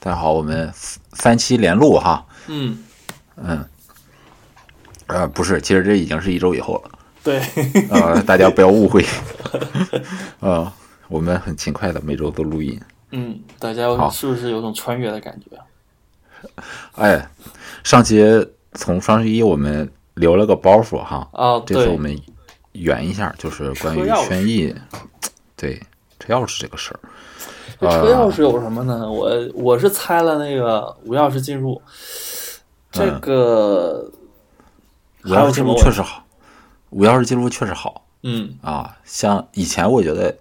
正好我们三期连录哈，嗯，嗯，呃，不是，其实这已经是一周以后了， 对，呃，大家不要误 会，呃，我们很勤快的每周都录音，嗯，大家好是不是有种穿越的感觉？哎，上期从双十一我们留了个包袱哈，啊，这次对我，们圆一下，就是关于车钥匙轩逸，对车钥匙这个事儿，这车啊钥匙有什么呢？我我是猜了那个无钥匙进入，嗯这个、无还钥有匙什进么入问确实好，无钥匙进入确实好嗯，啊，像以前我觉得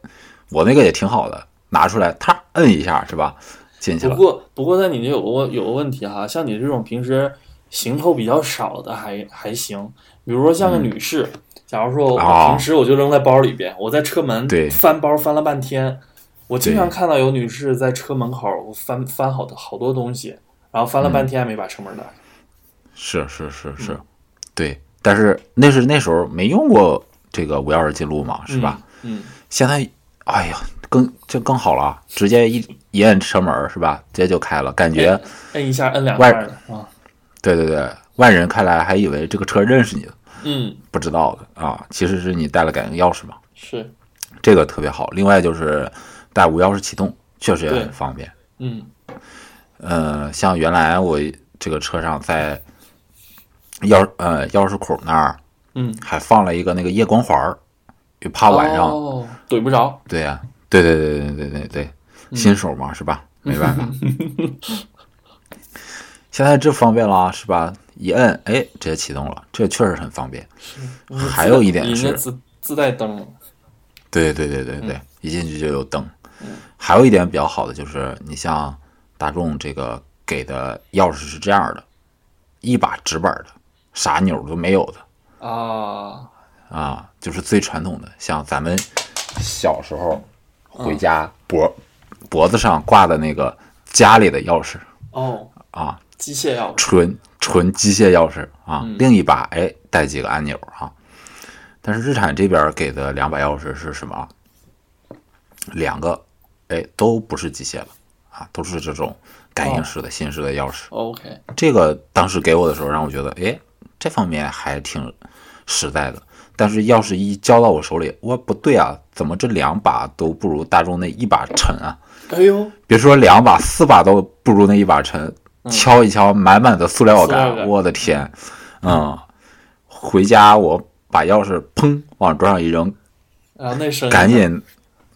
我那个也挺好的，拿出来啪摁一下是吧，进去不了，过不过，在你这有个问有个问题哈，像你这种平时行头比较少的还还行，比如说像个女士，假如说我嗯啊平时我就扔在包里边，我在车门对翻包翻了半天，我经常对看到有女士在车门口我翻翻好多好多东西，然后翻嗯了半天没把车门打开。是是是是，嗯对，但是那是那时候没用过这个无钥匙进入嘛，是吧？嗯？现在，哎呀，更这更好了，直接一一摁车门儿是吧？直接就开了，感觉、嗯，摁一下，摁两下的啊。对对对，外人看来还以为这个车认识你，嗯，不知道的啊，其实是你带了感应钥匙嘛，是，这个特别好。另外就是带无钥匙启动，确实也对很方便。嗯呃，像原来我这个车上在钥呃钥匙孔那儿嗯，还放了一个那个夜光环儿，就怕晚上哦怼不着。对呀、对对对对对对对，嗯新手嘛、是吧？没办 法，现在这方便了啊是吧？一摁，哎，直接启动了，这确实很方便。还有一点你那是，自自带灯，对对对对对，一进去就有灯。还有一点比较好的就是，你像大众这个给的钥匙是这样的，一把直板的，啥钮儿都没有的。啊，啊，就是最传统的，像咱们小时候回家脖、脖子上挂的那个家里的钥匙哦，啊，机械钥匙，纯纯机械钥匙啊，另一把哎带几个按钮啊。但是日产这边给的两把钥匙是什么？两个，哎，都不是机械的啊，都是这种感应式的、新式的钥匙。 OK，这个当时给我的时候，让我觉得，哎，这方面还挺实在的。但是钥匙一交到我手里，我不对啊，怎么这两把都不如大众那一把沉啊？哎呦，别说两把，四把都不如那一把沉。敲一敲，满满的塑料嗯塑料感，感我的天，嗯，回家我把钥匙砰往桌上一扔，然后啊那声音赶 紧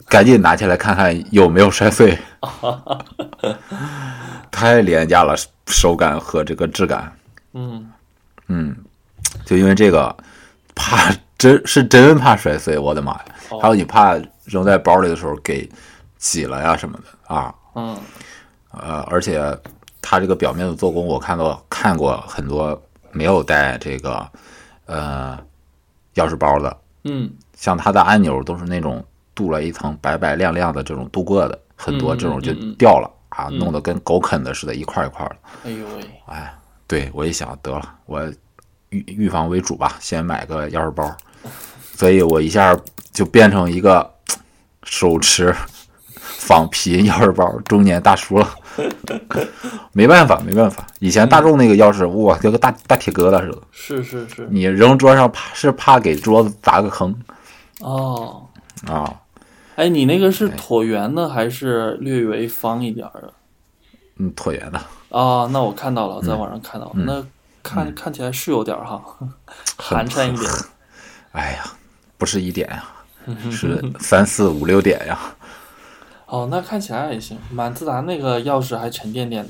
赶紧拿起来看看有没有摔碎，太廉价了，手感和这个质感。嗯，就因为这个，怕真是真怕摔碎，我的妈呀！哦还有你怕扔在包里的时候给挤了呀什么的啊，嗯，呃，而且它这个表面的做工，我看到看过很多没有带这个呃钥匙包的，嗯，像它的按钮都是那种镀了一层白白亮亮的这种镀铬的，很多嗯这种就嗯嗯嗯掉了啊，弄得跟狗啃的似的，一块儿一块儿的。哎呦喂，哎，对我一想，得了，我预预防为主吧，先买个钥匙包，所以我一下就变成一个手持仿皮钥匙包中年大叔了。 没办法，没办法，以前大众那个钥匙，哇，跟个大大铁疙瘩似的，是是是，你扔桌上怕是怕给桌子砸个坑哦，啊。哎，你那个是椭圆的还是略微方一点儿的？嗯，椭圆的，啊，那我看到了，嗯在网上看到了，那看看起来是有点儿哈， 寒碜一点， 哎呀，不是一点呀、是三四五六点呀、哦，那看起来也行，满自达那个钥匙还沉甸甸的，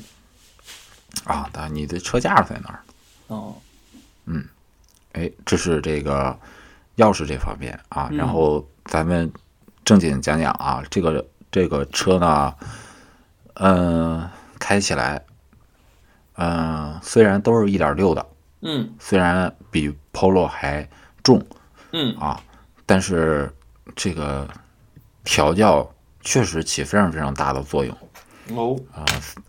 啊！但你的车架在那儿。哦，哎，这是这个钥匙这方面啊。然后咱们正经讲讲啊，这个这个车呢，嗯、开起来，嗯、虽然都是一点六的，嗯虽然比 Polo 还重，嗯啊，但是这个调教确实起非常非常大的作用哦，啊、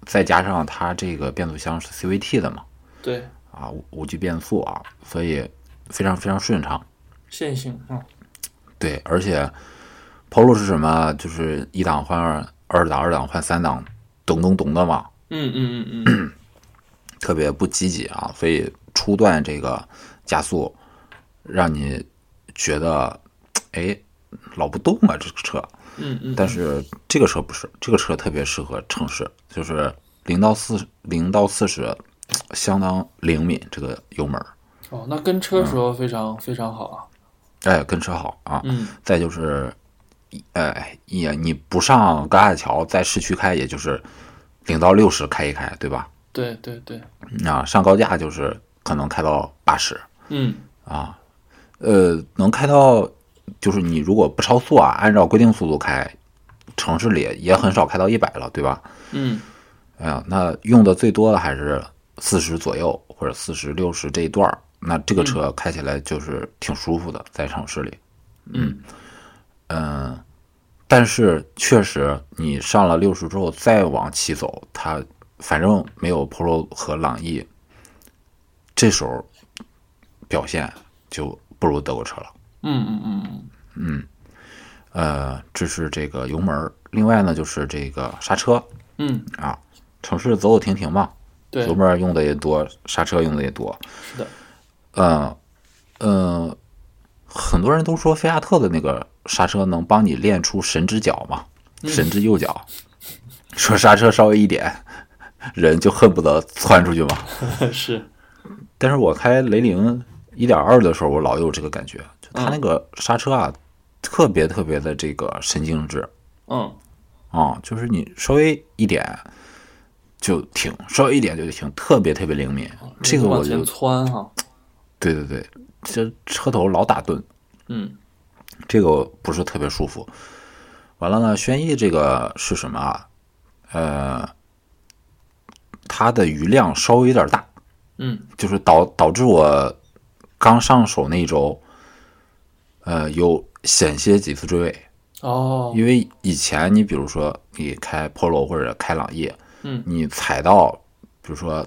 再加上它这个变速箱是 CVT 的嘛，对，啊，五五 G 变速啊，所以非常非常顺畅。线性，嗯对，而且 Polo 是什么？就是一档换二，二档二档换三档，咚咚咚的嘛。嗯嗯嗯嗯，特别不积极啊，所以初段这个加速让你觉得，哎，老不动啊，这个车。嗯嗯，但是这个车不是，这个车特别适合城市，就是零到四零到四十，相当灵敏这个油门儿，哦，那跟车说非常、非常好啊。哎，跟车好啊。嗯再就是，哎，也你不上高架桥，在市区开，也就是零到六十开一开，对吧？ 对对对，啊，上高架就是可能开到八十，嗯呃，能开到，就是你如果不超速啊，按照规定速度开，城市里也很少开到一百了，对吧？嗯哎呀，那用的最多的还是四十左右或者四十六十这一段儿，那这个车开起来就是挺舒服的，在城市里。嗯嗯，但是确实你上了六十之后再往起走，它反正没有 Polo 和朗逸这时候表现就不如德国车了。嗯嗯嗯呃，这是这个油门儿，另外呢就是这个刹车，嗯嗯，啊，城市走走停停嘛，对油，门儿用的也多，刹车用的也多。是的，嗯嗯，很多人都说菲亚特的那个刹车能帮你练出神之脚嘛，嗯神之右脚， 说刹车稍微一点，人就恨不得窜出去嘛。是，但是我开雷凌一点二的时候，我老有这个感觉，就它嗯那个刹车啊，特别特别的这个神经质。嗯啊、就是你稍微一点就停，稍微一点就停，特别特别灵敏。这个哦往我前就窜哈，对对对，这车头老打盹，嗯这个不是特别舒服。完了呢，轩逸这个是什么啊？呃，它的余量稍微有点大，嗯就是导导致我刚上手那一周，呃，有险些几次追尾。哦，因为以前你比如说你开 Polo 或者开朗逸，嗯你踩到比如说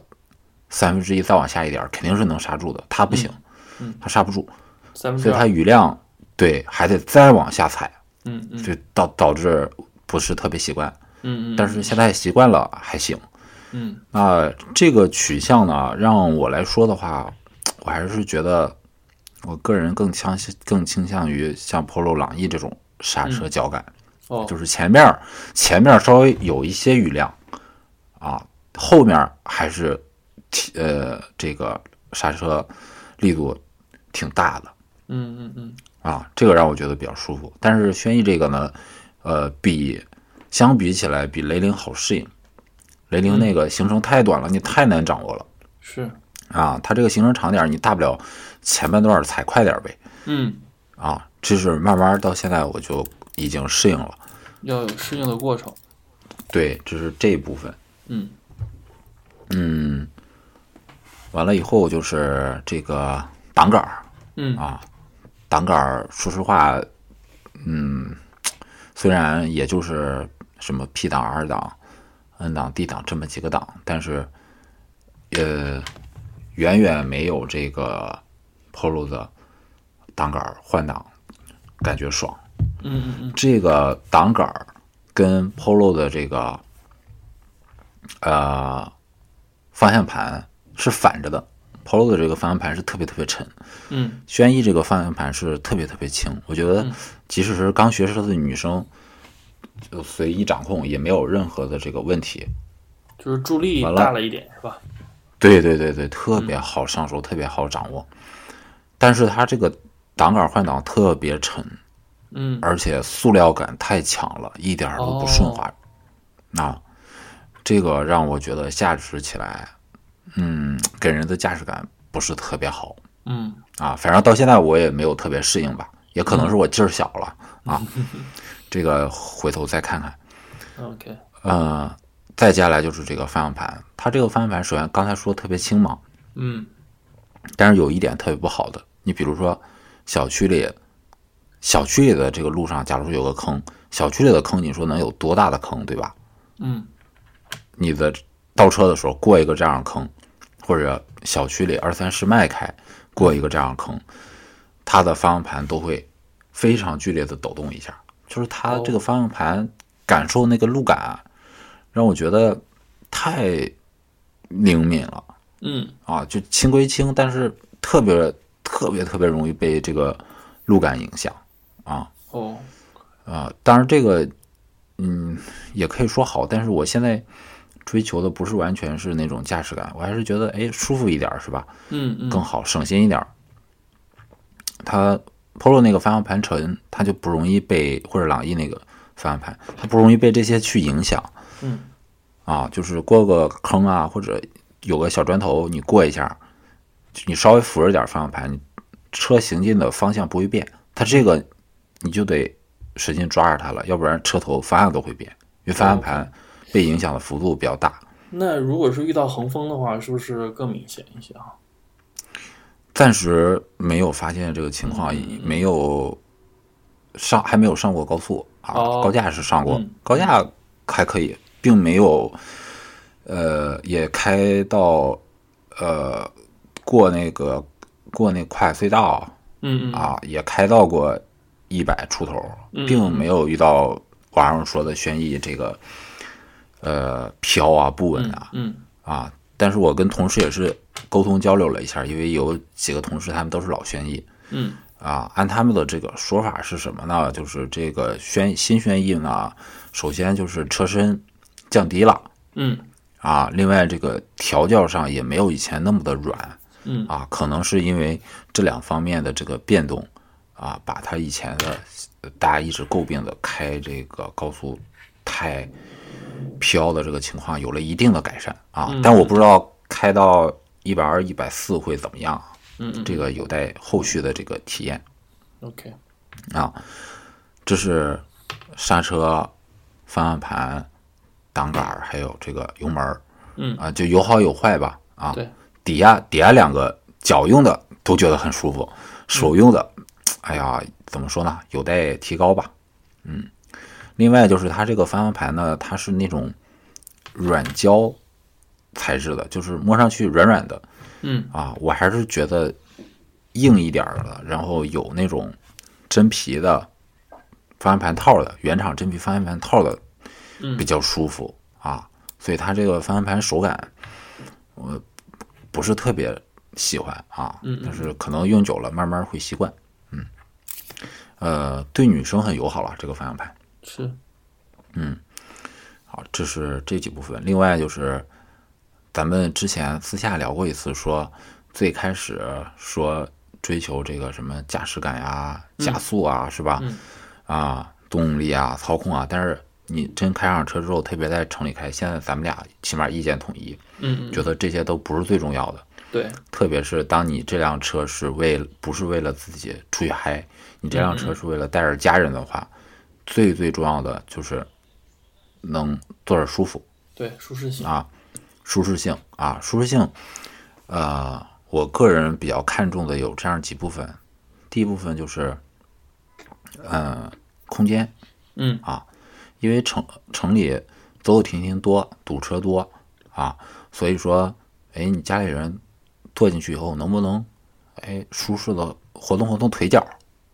三分之一再往下一点儿，肯定是能刹住的，它不行，嗯啊它刹不住，三分所之以它二，余量对还得再往下踩，嗯嗯就导导致不是特别习惯。嗯嗯，但是现在习惯了还行。嗯那这个取向呢，让我来说的话，我还是觉得我个人更倾向更倾向于像 Polo 朗逸这种嗯刹车脚感。哦，就是前面儿前面儿稍微有一些余量啊，后面儿还是提呃这个刹车力度挺大的嗯嗯嗯啊，这个让我觉得比较舒服。但是轩逸这个呢，呃，比相比起来比雷凌好适应，雷凌那个行程太短了，你太难掌握了是，啊。它这个行程长点儿，你大不了前半段儿踩快点儿呗嗯，啊。这是慢慢儿到现在我就已经适应了。要有适应的过程，对，这是这一部分。嗯嗯，完了以后就是这个挡杆儿，嗯啊，挡杆儿，说实话，嗯，虽然也就是什么 P 档、R 档、N 档、D 档这么几个档，但是呃，远远没有这个 Polo 的挡杆儿换挡感觉爽。嗯嗯嗯，这个挡杆儿跟 Polo 的这个呃方向盘是反着的，Polo 的这个方向盘是特别特别沉，嗯轩逸这个方向盘是特别特别轻。我觉得即使是刚学车的女生，就随意掌控也没有任何的这个问题。就是助力大了一点是吧？对对对对，嗯特别好上手，特别好掌握。但是它这个挡杆换挡特别沉，嗯而且塑料感太强了，一点儿都不顺滑。啊，这个让我觉得驾驶起来，嗯，给人的驾驶感不是特别好嗯啊。反正到现在我也没有特别适应吧，也可能是我劲儿小了、啊。这个回头再看看。 ，OK，呃，再接下来就是这个方向盘，它这个方向盘首先刚才说特别轻嘛，嗯但是有一点特别不好的，你比如说小区里，小区里的这个路上，假如说有个坑，小区里的坑，你说能有多大的坑，对吧？嗯你的倒车的时候过一个这样的坑，或者小区里二三十迈开过一个这样的坑，它的方向盘都会非常剧烈的抖动一下，就是它这个方向盘感受那个路感啊，让我觉得太灵敏了嗯啊，就轻归轻，但是特别特别特别容易被这个路感影响啊。哦啊，当然这个，嗯，也可以说好，但是我现在追求的不是完全是那种驾驶感，我还是觉得哎舒服一点儿是吧？嗯嗯更好，省心一点儿。它 Polo 那个方向盘沉，它就不容易被或者朗逸那个方向盘，它不容易被这些去影响。嗯，啊，就是过个坑啊，或者有个小砖头，你过一下，就你稍微扶着点儿方向盘，你车行进的方向不会变。它这个你就得使劲抓着它了，要不然车头方向都会变，因为方向盘被影响的幅度比较大。那如果是遇到横风的话，是不是更明显一些啊？暂时没有发现这个情况，嗯也没有上还没有上过高速啊，哦高架是上过，嗯高架还可以，并没有呃也开到呃过那个过那跨海隧道嗯嗯啊，也开到过一百出头，嗯并没有遇到网上说的轩逸这个呃飘啊不稳啊，嗯啊，但是我跟同事也是沟通交流了一下，因为有几个同事他们都是老轩逸嗯啊，按他们的这个说法是什么呢？就是这个轩新轩逸呢，首先就是车身降低了嗯啊，另外这个调教上也没有以前那么的软嗯啊，可能是因为这两方面的这个变动啊，把他以前的呃大家一直诟病的开这个高速太飘的这个情况有了一定的改善啊，但我不知道开到一百二、一百四会怎么样，嗯嗯这个有待后续的这个体验。 ，OK，啊，这是刹车、方向盘、挡杆儿，还有这个油门儿，嗯啊，就有好有坏吧，啊，对，底下底下两个脚用的都觉得很舒服，手用的，嗯哎呀，怎么说呢，有待提高吧，嗯，另外就是它这个方向盘呢，它是那种软胶材质的，就是摸上去软软的，嗯啊，我还是觉得硬一点儿的，然后有那种真皮的方向盘套的，原厂真皮方向盘套的嗯比较舒服、啊，所以它这个方向盘手感我不是特别喜欢啊，嗯嗯但是可能用久了慢慢会习惯，嗯，呃，对女生很友好了这个方向盘。是，好，这是这几部分。另外就是，咱们之前私下聊过一次说，最开始说追求这个什么驾驶感呀、加速啊，是吧？嗯啊，动力啊，操控啊，但是你真开上车之后，特别在城里开，现在咱们俩起码意见统一，嗯嗯，觉得这些都不是最重要的。对，特别是当你这辆车是为不是为了自己出去嗨，你这辆车是为了带着家人的话，最最重要的就是能坐着舒服对，舒适性，啊，舒适性啊，舒适性，呃，我个人比较看重的有这样几部分，第一部分就是，呃，空间，啊嗯因为城城里走走停停多，堵车多啊，所以说，哎，你家里人坐进去以后，能不能，哎，舒适的活动活动腿脚，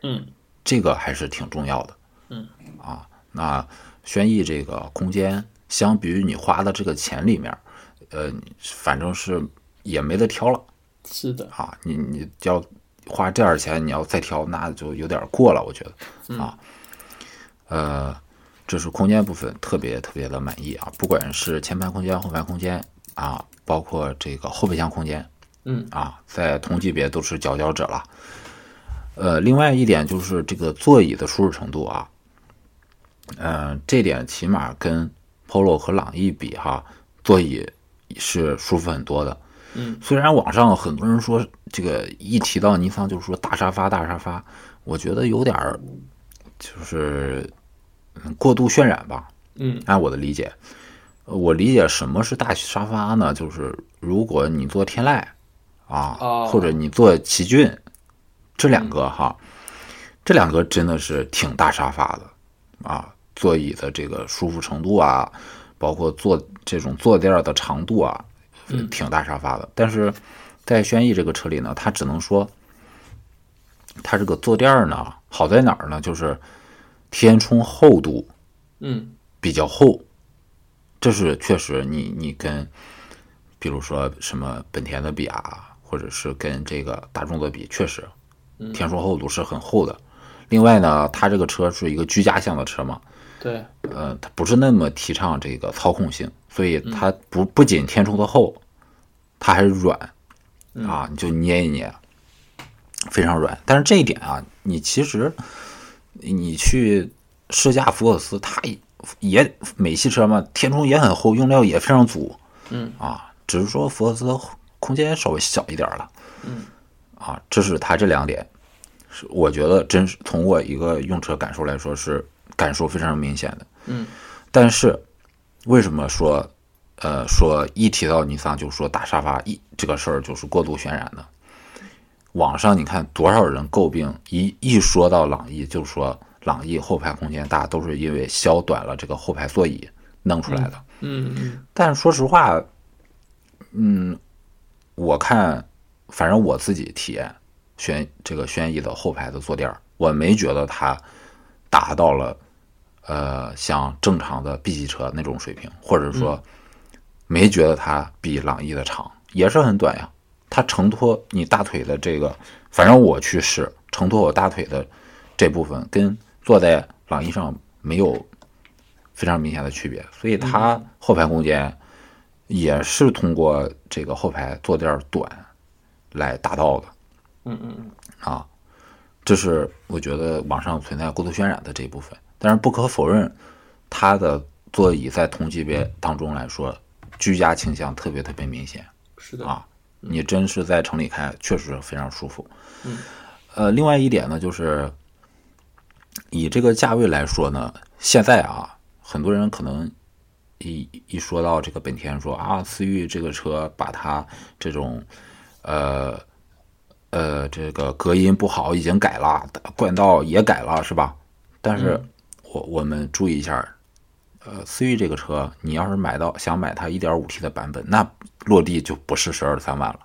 嗯这个还是挺重要的。嗯，啊，那轩逸这个空间，相比于你花的这个钱里面，呃，反正是也没得挑了是的，啊。你你要花这点钱，你要再挑，那就有点过了，我觉得啊。呃，这是空间部分，特别特别的满意啊，不管是前排空间、后排空间啊，包括这个后备箱空间，嗯啊，在同级别都是佼佼者了。呃，另外一点就是这个座椅的舒适程度啊，呃，这点起码跟 Polo 和朗逸比哈，座椅是舒服很多的。嗯，虽然网上很多人说这个一提到尼桑就说大沙发大沙发，我觉得有点儿就是嗯过度渲染吧。嗯，按我的理解，呃我理解什么是大沙发呢？就是如果你坐天籁啊，哦嗯或者你坐奇骏，这两个哈，这两个真的是挺大沙发的啊，座椅的这个舒服程度啊，包括坐这种坐垫儿的长度啊，嗯挺大沙发的。但是在轩逸这个车里呢，它只能说，它这个坐垫儿呢，好在哪儿呢？就是填充厚度嗯比较厚，这是确实你，你跟比如说什么本田的比啊，或者是跟这个大众的比，确实天数厚度是很厚的。另外呢，它这个车是一个居家向的车嘛，对，呃，它不是那么提倡这个操控性，所嗯以它不不仅天窗的厚，它还是软嗯啊，你就捏一捏，非常软。但是这一点啊，你其实你去试驾福克斯，它也也美系车嘛，天窗也很厚，用料也非常足，嗯啊，只是说福克斯空间稍微小一点了，嗯啊，这是它这两点，是我觉得真是从我一个用车感受来说是感受非常明显的。嗯但是为什么说，呃，说一提到尼桑就说大沙发一这个事儿就是过度渲染呢？网上你看多少人诟病，一一说到朗逸就说朗逸后排空间大，都是因为削短了这个后排座椅弄出来的。嗯嗯但是说实话，嗯，我看，反正我自己体验轩这个轩逸的后排的坐垫儿，我没觉得它达到了呃像正常的 B 级车那种水平，或者说没觉得它比朗逸的长，也是很短呀。它承托你大腿的这个，反正我去试承托我大腿的这部分，跟坐在朗逸上没有非常明显的区别，所嗯以它后排空间也是通过这个后排坐垫儿短来达到的嗯嗯啊。这是我觉得网上存在过度渲染的这一部分，但是不可否认，它的座椅在同级别当中来说，居家倾向特别特别明显。是的，啊，你真是在城里开，确实非常舒服。嗯，呃，另外一点呢，就是以这个价位来说呢，现在啊，很多人可能一一说到这个本田说啊，思域这个车把它这种呃呃这个隔音不好已经改了，冠道也改了，是吧？但是我我们注意一下，呃，思域这个车，你要是买到想买它 1.5T 的版本，那落地就不是十二三万了。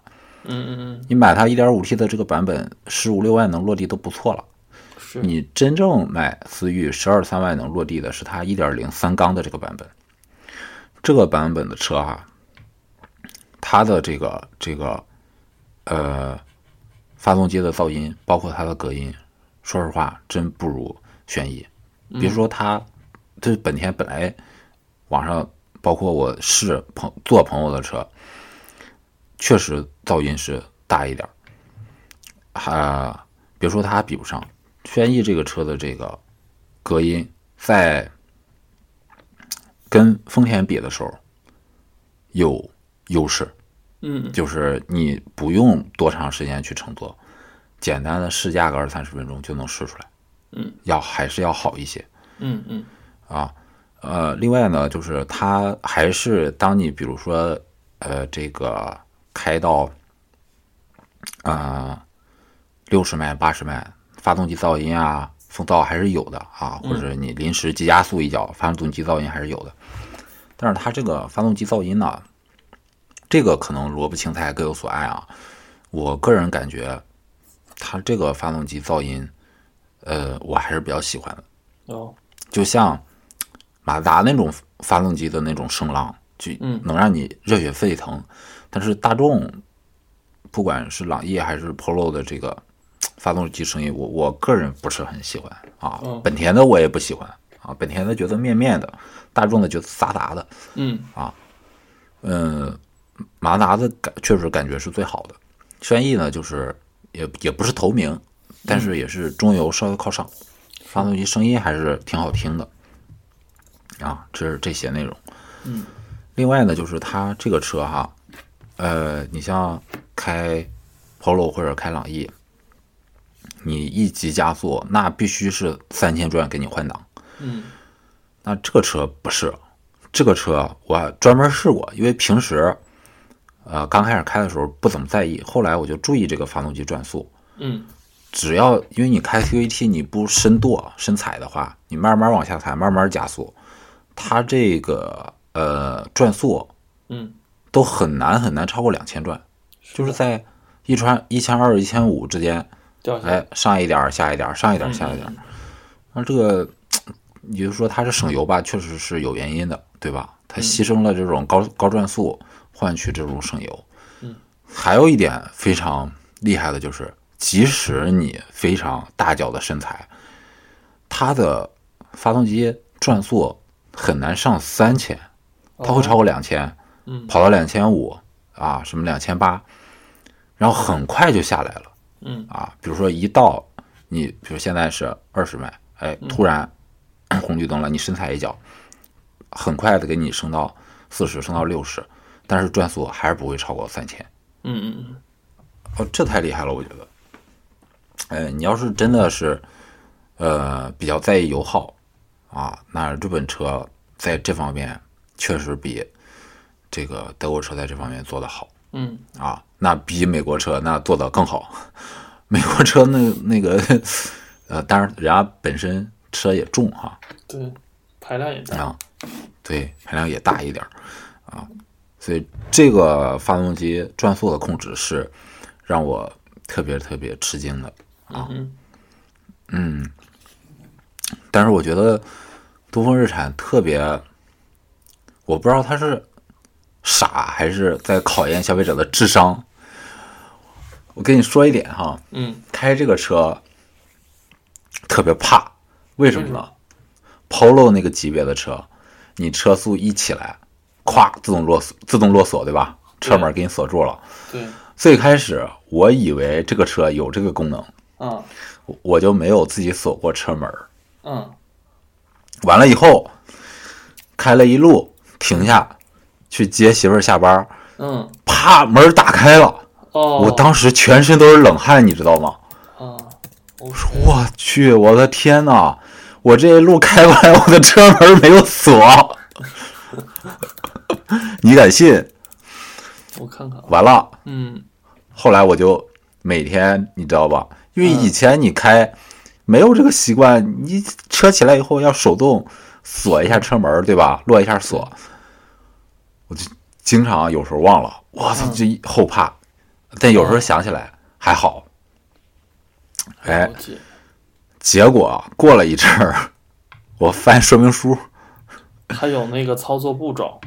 嗯嗯你买它 1.5T 的这个版本，十五六万能落地都不错了。嗯，是，你真正买思域十二三万能落地的是它1.0三缸的这个版本，这个版本的车哈、它的这个这个呃发动机的噪音，包括它的隔音，说实话真不如轩逸。别说它，这本田本来网上包括我试朋坐朋友的车，确实噪音是大一点儿，还、别说它比不上，轩逸这个车的这个隔音，在跟丰田比的时候有优势，嗯就是你不用多长时间去乘坐，简单的试驾个二三十分钟就能试出来，嗯，要还是要好一些。嗯嗯呃，另外呢，就是它还是当你比如说，呃，这个开到，呃，六十迈、八十迈，发动机噪音啊、风噪还是有的啊，或者你临时急加速一脚，发动机噪音还是有的。但是它这个发动机噪音呢，这个可能萝卜青菜各有所爱啊。我个人感觉，它这个发动机噪音，呃，我还是比较喜欢的。哦就像马自达那种发动机的那种声浪，就嗯能让你热血沸腾。但是大众，不管是朗逸还是 Polo 的这个嘖发动机声音，我我个人不是很喜欢啊。嗯本田的我也不喜欢啊，本田的觉得面面的，大众的觉得杂杂的。嗯啊嗯，马自达的感确实感觉是最好的。轩逸呢，就是也也不是头名，但是也是中游稍微靠上，发动机声音还是挺好听的。啊，这是这些内容。嗯，另外呢，就是它这个车哈，呃，你像开 Polo 或者开朗逸，你一急加速，那必须是三千转给你换挡。嗯那这个车不是，这个车啊我专门试过，因为平时，呃，刚开始开的时候不怎么在意，后来我就注意这个发动机转速。嗯只要因为你开 CVT 你不深舵深踩的话，你慢慢往下踩，慢慢加速，它这个呃转速嗯，都很难很难超过两千转，就是在一穿一千二一千五之间，掉下来，哎，上一点儿下一点儿，上一点嗯儿下一点儿。那这个，你就说它是省油吧，确实是有原因的，对吧？它嗯牺牲了这种高高转速换取这种省油。嗯，还有一点非常厉害的就是，即使你非常大脚的身材，它的发动机转速很难上三千，它会超过两千、哦嗯跑到两千五啊，什么两千八，然后很快就下来了。嗯啊，比如说一到你，比如现在是二十迈，哎，突然 红绿灯了，你深踩一脚，很快的给你升到四十，升到六十，但是转速还是不会超过三千。嗯嗯嗯，哦，这太厉害了，我觉得。呃，你要是真的是，呃，比较在意油耗啊，那日本车在这方面确实比这个德国车在这方面做得好。嗯，啊，那比美国车那做得更好。美国车那那个，呃，当然人家本身车也重哈、对，排量也大。啊，对，排量也大一点儿啊，所以这个发动机转速的控制是让我特别特别吃惊的。嗯但是我觉得东风日产特别，我不知道他是傻还是在考验消费者的智商。我跟你说一点哈，嗯开这个车特别怕，为什么呢？Polo 那个级别的车，你车速一起来，咵，自动落锁，自动落锁，对吧？车门给你锁住了。对，最开始我以为这个车有这个功能，嗯我我就没有自己锁过车门儿。嗯完了以后，开了一路，停下去接媳妇儿下班儿，嗯，啪，门儿打开了，哦，我当时全身都是冷汗，你知道吗？啊，我我去，我的天呐！我这一路开过来，我的车门没有锁， 你敢信？我看看啊，完了，嗯后来我就每天，你知道吧？因为以前你开没有这个习惯，你车起来以后要手动锁一下车门，对吧？落一下锁，我就经常有时候忘了，我操，就一后怕，但有时候想起来还好。哎了，解，结果过了一阵儿，我翻说明书，它有那个操作步骤，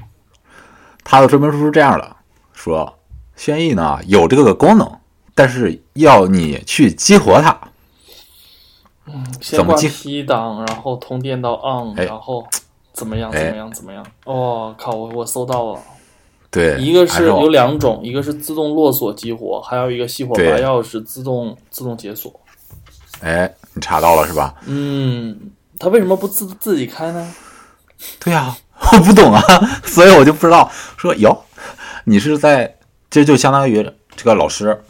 它的说明书是这样的：说轩逸呢有这个功能，但是要你去激活它。先怎么挂进 P 档，然后通电到 on，哎然后怎么样哎怎么样怎么样？哦，靠，我我搜到了，对，一个还是有我两种，一个是自动落锁激活，还有一个熄火拔对钥匙自动自动解锁。哎，你查到了是吧？嗯，它为什么不自自己开呢？对呀、我不懂啊， 所以我就不知道。说哟，你是在这就相当于这个老师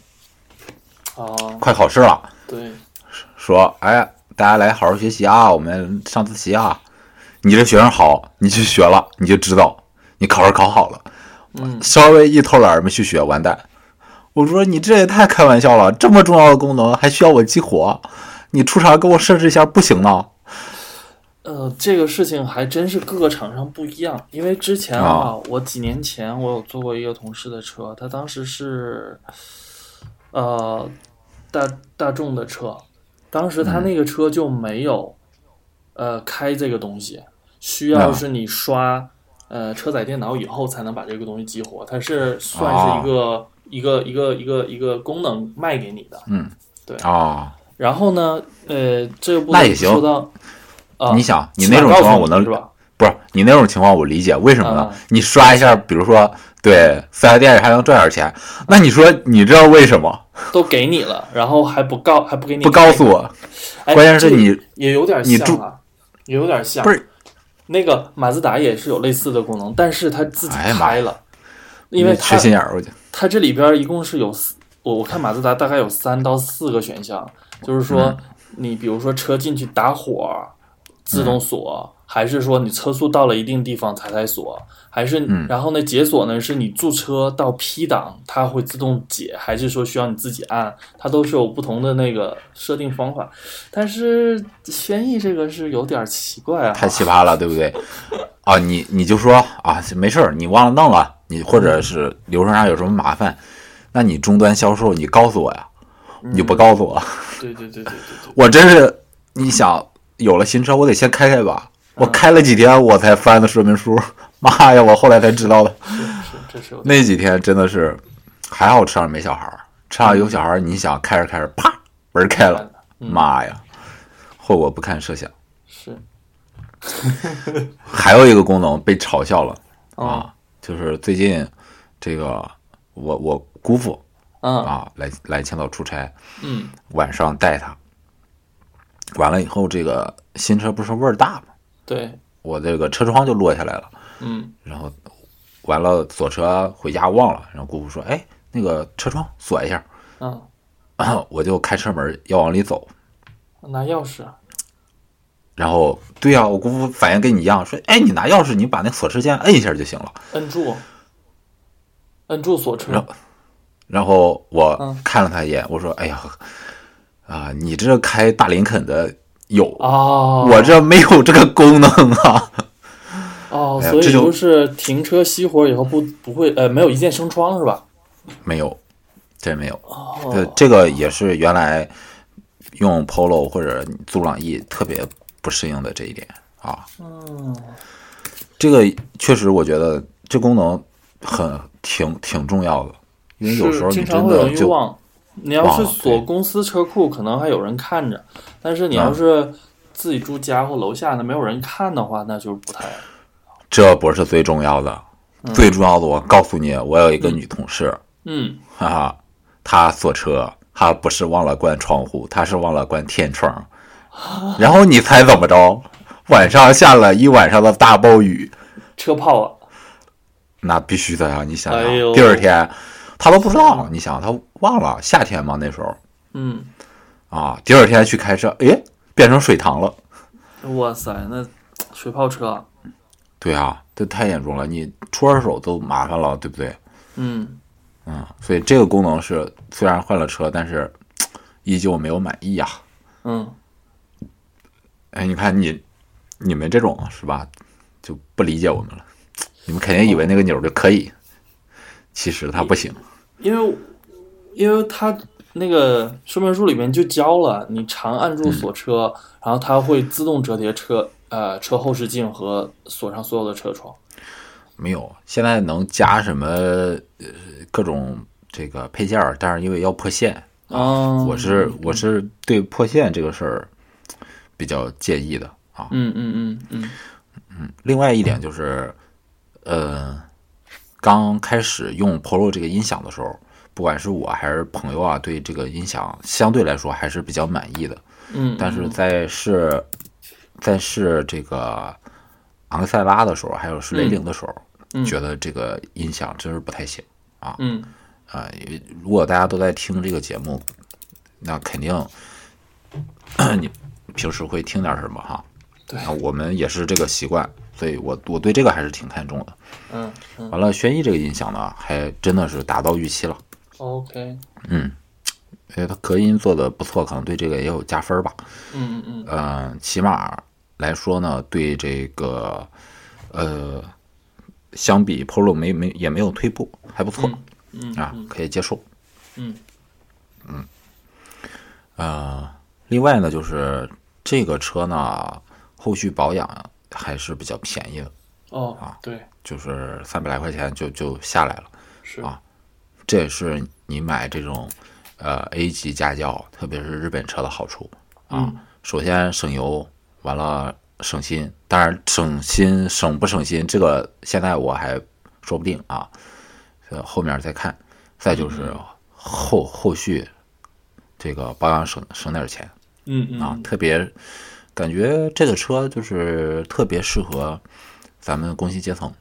啊，快考试了，对，说哎，大家来好好学习啊，我们上自习啊。你这学生好，你去学了，你就知道，你考试考好了。嗯，稍微一偷懒儿没去学，完蛋。我说你这也太开玩笑了，这么重要的功能还需要我激活？你出厂给我设置一下不行呢？呃，这个事情还真是各个厂商不一样，因为之前啊，我几年前我有坐过一个同事的车，他当时是，呃，大大众的车，当时嗯他那个车就没有，呃，开这个东西，需要啊是你刷，呃，车载电脑以后才能把这个东西激活，它啊是算是一个、一个一个一个一个功能卖给你的。嗯啊、然后呢，呃，这个不那能也行说到，啊，你想，你起那码种告情诉况你我能是吧？不是你那种情况我理解，为什么呢？嗯你刷一下，比如说对四 S 店还能赚点钱，那你说你知道为什么都给你了，然后还不告，还不给你不告诉，我？哎、关键是你这个也有点你像住啊，也有点像，不是那个马自达也是有类似的功能，但是它自己哎呀妈开了，因为你缺它心眼儿，我就它这里边一共是有四，我我看马自达大概有三到四个选项，就是嗯说你比如说车进去打火，自嗯动锁，还是说你车速到了一定地方才开锁，还是嗯然后呢解锁呢是你驻车到 P 档它会自动解，还是说需要你自己按？它都是有不同的那个设定方法，但是轩逸这个是有点奇怪啊，太奇葩了，对不对？啊，你你就说啊，没事儿，你忘了弄了，你或者是流程上有什么麻烦，那你终端销售你告诉我呀，你不告诉我，对对对对对我真是你想有了新车，我得先开开吧。我开了几天，我才翻的说明书， 妈呀！我后来才知道的。是是，这是有那几天真的是，还好车上没小孩儿，车上有小孩儿，你想开着开着，啪，门开了，妈呀！后果不堪设想。是还有一个功能被嘲笑了啊啊，就是最近这个我我姑父啊啊来来青岛出差，嗯晚上带他，完了以后这个新车不是味儿大吗？对我这个车窗就落下来了，嗯然后完了锁车回家忘了，然后姑父说：“哎，那个车窗锁一下。啊，” 我就开车门要往里走，拿钥匙啊然后对呀、我姑父反应跟你一样，说：“哎，你拿钥匙，你把那锁车键摁一下就行了。”摁住，摁住锁车然后然后我嗯看了他一眼，我说：“哎呀，啊、你这开大林肯的有，哦，我这没有这个功能啊。 哦，哎呀所以这就就是停车熄火以后不不会呃没有一键升窗是吧？”没有，真没有。对，哦，这个也是原来用 Polo 或者租朗逸特别不适应的这一点啊。嗯这个确实，我觉得这功能很挺挺重要的，因为有时候是你经常真会有的人就忘。你要是忘了锁对公司车库，可能还有人看着，但是你要嗯是自己住家或楼下，那没有人看的话，那就是不太这不是最重要的，最重要的我告诉你，我有一个女同事，嗯哈哈，他锁车，他不是忘了关窗户，他是忘了关天窗。哦然后你猜怎么着？晚上下了一晚上的大暴雨，车泡啊。那必须的呀！你想想，哎呦第二天他都不知道，你想他忘了夏天嘛那时候嗯，啊，第二天去开车，诶，变成水塘了。哇塞，那水泡车，对啊，这太严重了，你搓着手都麻烦了，对不对？嗯，嗯，所以这个功能是虽然换了车，但是嘖依旧没有满意啊呀、嗯，哎，你看你，你们这种是吧，就不理解我们了。你们肯定以为那个钮儿就可以，其实它不行。因为因为它那个说明书里面就教了，你长按嗯住锁车，然后它会自动折叠车呃车后视镜和锁上所有的车窗。没有，现在能加什么呃各种这个配件儿，但是因为要破线，啊，我是我是对破线这个事儿比较介意的啊。嗯嗯嗯嗯另外一点就是，呃，刚开始用 Polo 这个音响的时候，不管是我还是朋友啊，对这个音响相对来说还是比较满意的。嗯，但是在试，在试这个昂克赛拉的时候，还有是雷凌的时候，嗯觉得这个音响真是不太行嗯啊、因为如果大家都在听这个节目，那肯定你平时会听点什么哈。对那我们也是这个习惯，所以我我对这个还是挺看重的。嗯嗯完了，轩逸这个音响呢，还真的是达到预期了， ，OK，因为它隔音做的不错，可能对这个也有加分儿吧。嗯嗯嗯嗯，起码来说呢，对这个呃，相比 Polo 没没也没有退步，还不错、嗯啊，可以接受。嗯呃，另外呢，就是这个车呢，后续保养还是比较便宜的，啊哦，对，就是三百来块钱就就下来了。是啊这也是你买这种呃 A 级家轿，特别是日本车的好处啊。嗯首先省油，完了省心，当然省心省不省心，这个现在我还说不定啊，呃后面再看。再嗯就是后后续这个保养省省点钱嗯嗯啊，特别感觉这个车就是特别适合咱们工薪阶层。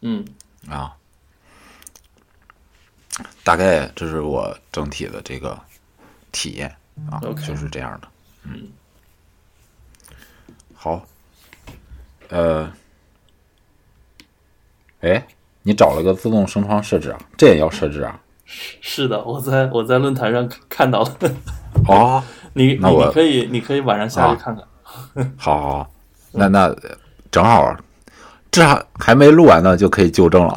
嗯啊，大概这是我整体的这个体验啊 OK 就是这样的。嗯，好，呃，哎，你找了个自动升窗设置啊，这也要设置啊？是的，我在我在论坛上看到了， 哦，你你那我啊你可以你可以晚上下去看看。好好，好那那正好，这还还没录完呢，就可以纠正了。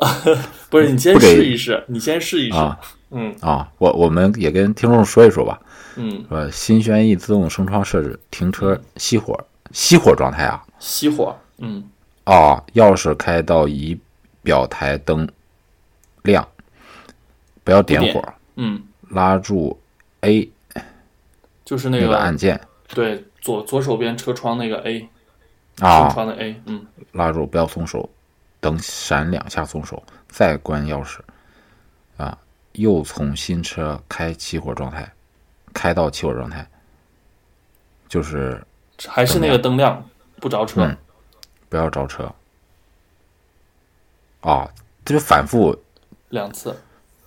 啊不是，你嗯先不给试一试，你先试一试。啊嗯啊，我我们也跟听众说一说吧。嗯，呃，新轩逸自动升窗设置，停车熄火，熄火状态啊，熄火。嗯啊，钥匙开到仪表台灯亮，不要点火，嗯，拉住 A 就是那那个个按键对左左手边车窗那个 A，车啊，窗的 A，嗯，拉住不要松手，等闪两下松手，再关钥匙，啊，又从新车开起火状态，开到起火状态，就是还是那个灯亮不着车，嗯不要着车，啊，这就反复两次，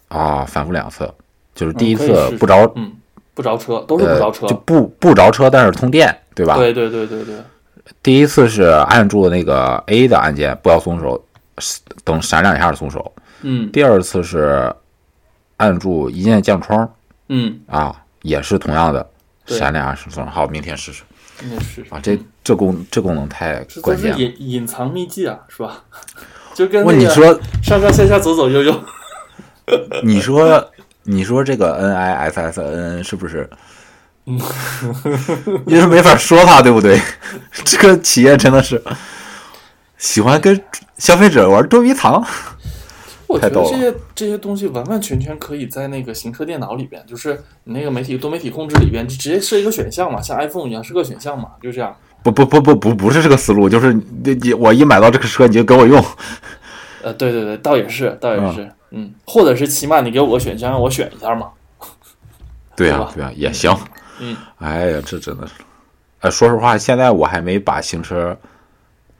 啊，反复两次，就是嗯第一可以次试试不着嗯，不着车都是不着车，呃、就不不着车，但是通电，对吧？对对对对对，第一次是按住那个 A 的按键，不要松手，等闪两下松手。嗯第二次是按住一键降窗嗯，啊，也是同样的，对闪两下松手。好，明天试试那是啊，这这功这功能太这都关是键了。隐隐藏秘技啊，是吧？ 就跟那问你个说，上上下下左左右右，你说，你说这个 N I S S N N 是不 是？因为没法说它，对不对？这个企业真的是喜欢跟消费者玩捉迷藏。我觉太得逗了这些这些东西完完全全可以在那个行车电脑里边，就是你那个媒体多媒体控制里边，就直接设一个选项嘛，像 iPhone 一样是个选项嘛，就这样。不不不不不不是这个思路，就是你你我一买到这个车你就给我用，呃，对对对，倒也是，倒也是，嗯，或者是起码你给我个选项，让我选一下嘛。对是啊吧对啊也行，嗯，哎呀这真的是，哎说实话现在我还没把行车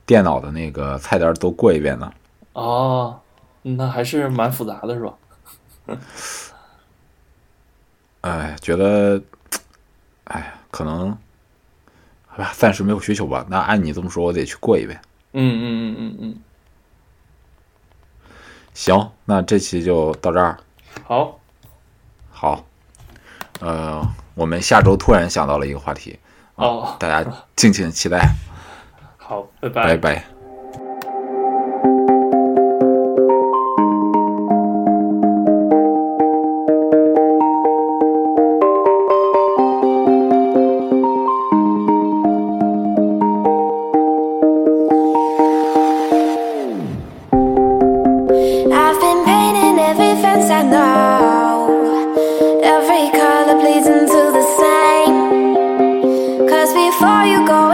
电脑的那个菜单都过一遍呢，哦，那还是蛮复杂的，是吧？哎觉得，哎呀可能，好吧暂时没有需求吧，那按你这么说我得去过一遍，嗯嗯嗯嗯行，那这期就到这儿，嗯，好，好，呃我们下周突然想到了一个话题，哦，大家敬请期待，好，拜拜拜拜。 I've been painting every fence I know. Every color bleeds into the same. Cause before you go